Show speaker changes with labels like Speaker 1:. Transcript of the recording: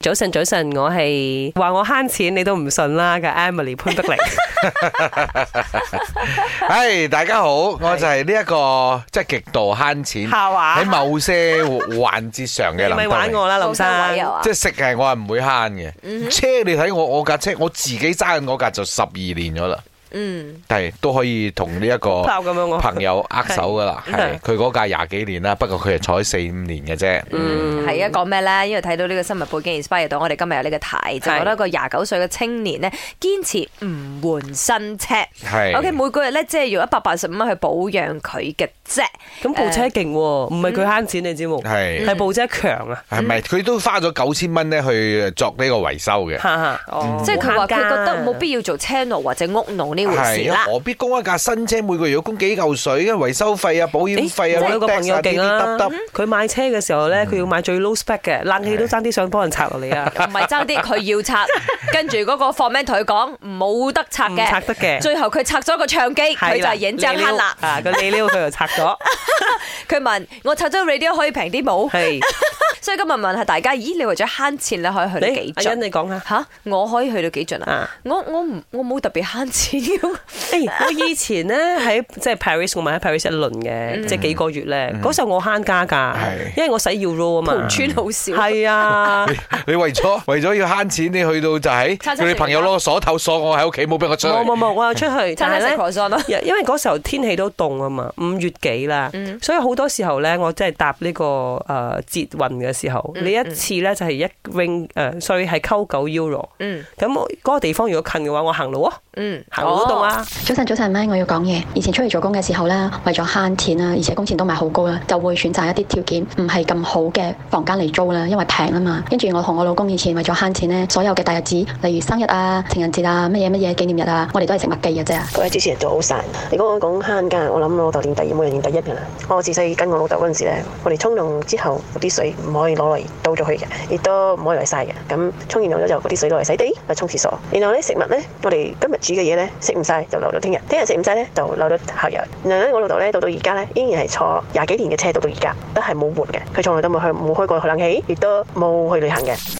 Speaker 1: 早晨，早晨，我係話我慳錢，你都唔信啦嘅 Emily 潘碧 玲。
Speaker 2: 唉，大家好，我就係呢一個即係極度慳錢
Speaker 1: 下話
Speaker 2: 喺某些環節上嘅
Speaker 1: 你
Speaker 2: 林
Speaker 1: 咪玩
Speaker 2: 德
Speaker 1: 我嗯
Speaker 2: 榮。
Speaker 1: 啦，林生。
Speaker 3: 啊
Speaker 2: 即係食係我係唔會慳嘅，車你睇我我架車我自己揸緊嗰架就十二年咗啦，
Speaker 3: 嗯，
Speaker 2: 但係都可以同呢一個
Speaker 1: 炮咁樣我
Speaker 2: 朋友握手噶啦，
Speaker 1: 係嗯
Speaker 2: 係佢嗰架廿幾年啦，不過佢係坐咗四五年嘅啫。
Speaker 1: 嗯
Speaker 3: 係啊，講咩咧？因為睇到呢個新聞背景 inspire 到我哋今日有呢個題，就
Speaker 1: 係
Speaker 3: 覺得一個廿九歲嘅青年呢，堅持唔換新車。
Speaker 2: 係
Speaker 3: OK，每個月咧即係用一百八十五蚊去保養佢嘅啫。
Speaker 1: 咁部車勁喎，唔係佢慳錢，你知冇？
Speaker 2: 係
Speaker 1: 係部車強啊！
Speaker 2: 係咪佢都花咗九千蚊咧去作呢個維修嘅？
Speaker 1: 哈哈，哦
Speaker 3: 即係佢
Speaker 1: 冇慳
Speaker 3: 話佢
Speaker 1: 家
Speaker 3: 覺得冇必要做車奴或者屋奴呢回
Speaker 2: 係
Speaker 3: 事
Speaker 2: 啊
Speaker 3: 啦。
Speaker 2: 何必供一架新車每個月要供幾嚿水嘅維修費啊、保險費啊、
Speaker 1: 哎我有個
Speaker 2: tax 啊
Speaker 1: 朋友勁嗯啦
Speaker 2: 呢啲得得，
Speaker 1: 佢買車嘅時候咧，佢要買最 low spec 嘅，冷氣都爭啲想幫人拆落 嚟啊！
Speaker 3: 唔係爭啲，佢要 拆，跟住嗰個 foreman 同佢講冇得拆
Speaker 1: 唔
Speaker 3: 嘅，
Speaker 1: 拆得嘅
Speaker 3: 最後佢拆咗個唱機，佢
Speaker 1: 係
Speaker 3: 就
Speaker 1: 啦
Speaker 3: 係認真慳啦。
Speaker 1: 啊個你撩佢又拆 咗，
Speaker 3: 佢問我拆咗 radio 可以平啲冇？
Speaker 1: 係
Speaker 3: 所以今日問下大家，咦？你為咗慳錢，你可以去到
Speaker 1: 你
Speaker 3: 幾
Speaker 1: 阿欣
Speaker 3: 盡？
Speaker 1: 你講下。
Speaker 3: 吓，我可以去到幾盡啊
Speaker 1: 啊？
Speaker 3: 我我唔我冇特別慳錢嘅，
Speaker 1: 誒，哎我以前咧 喺即係 Paris，我咪喺 Paris 一輪
Speaker 3: 嗯
Speaker 1: 嘅，即係幾個月咧。嗰時候我慳家㗎
Speaker 2: 係，
Speaker 1: 因為我使 Euro 啊嘛
Speaker 3: 盤。村好少。
Speaker 1: 係啊，
Speaker 2: 你為咗 為咗要慳錢，你去到就係
Speaker 3: 餐餐
Speaker 2: 叫你朋友攞個鎖頭鎖我喺屋企，冇俾我出去。
Speaker 1: 冇冇冇，我又出去，
Speaker 3: 餐
Speaker 1: 但
Speaker 3: 餐食
Speaker 1: 係
Speaker 3: c
Speaker 1: 咧。
Speaker 3: r o 咯，
Speaker 1: 因因為嗰時候天氣都凍啊嘛，五月幾啦，
Speaker 3: 嗯
Speaker 1: 所以好多時候咧，我真係搭呢、個誒捷運嘅時候，
Speaker 3: 嗯
Speaker 1: 你一次咧就係一 ring 誒、所以係溝九 euro。
Speaker 3: 嗯
Speaker 1: 咁我嗰個地方如果近嘅話，我行路啊，
Speaker 3: 嗯，
Speaker 1: 行路都凍啊。
Speaker 4: 早晨，早晨，MY，我要講嘢。以前出嚟做工嘅時候呢，為咗慳錢啦，而且工錢都唔係好高啦，就會選擇一啲條件唔係咁好嘅房間嚟租啦，因為平啊嘛。跟住我同我老公以前為咗慳錢呢，所有嘅大日子，例如生日啊、情人節啊、乜嘢乜嘢紀念日啊，我哋都係食麥記嘅啫。
Speaker 5: 各位主持人早晨，你講我講慳家，我諗我老豆點第二，冇人點第一㗎啦。我自細跟我老豆嗰陣時咧，我哋沖涼之後嗰啲水唔可以攞嚟倒咗去嘅，亦都唔可以嚟晒嘅。咁沖完涼咗之後，嗰啲水攞嚟洗地，嚟沖廁所。然後咧食物咧，我哋今日煮嘅嘢咧食唔晒就留到聽日，聽日食唔晒咧就留到後日。然後咧我老豆咧到到而家咧，依然係坐廿幾年嘅車到到而家，都係冇換嘅。佢從來都冇去冇開過冷氣，亦都冇去旅行嘅。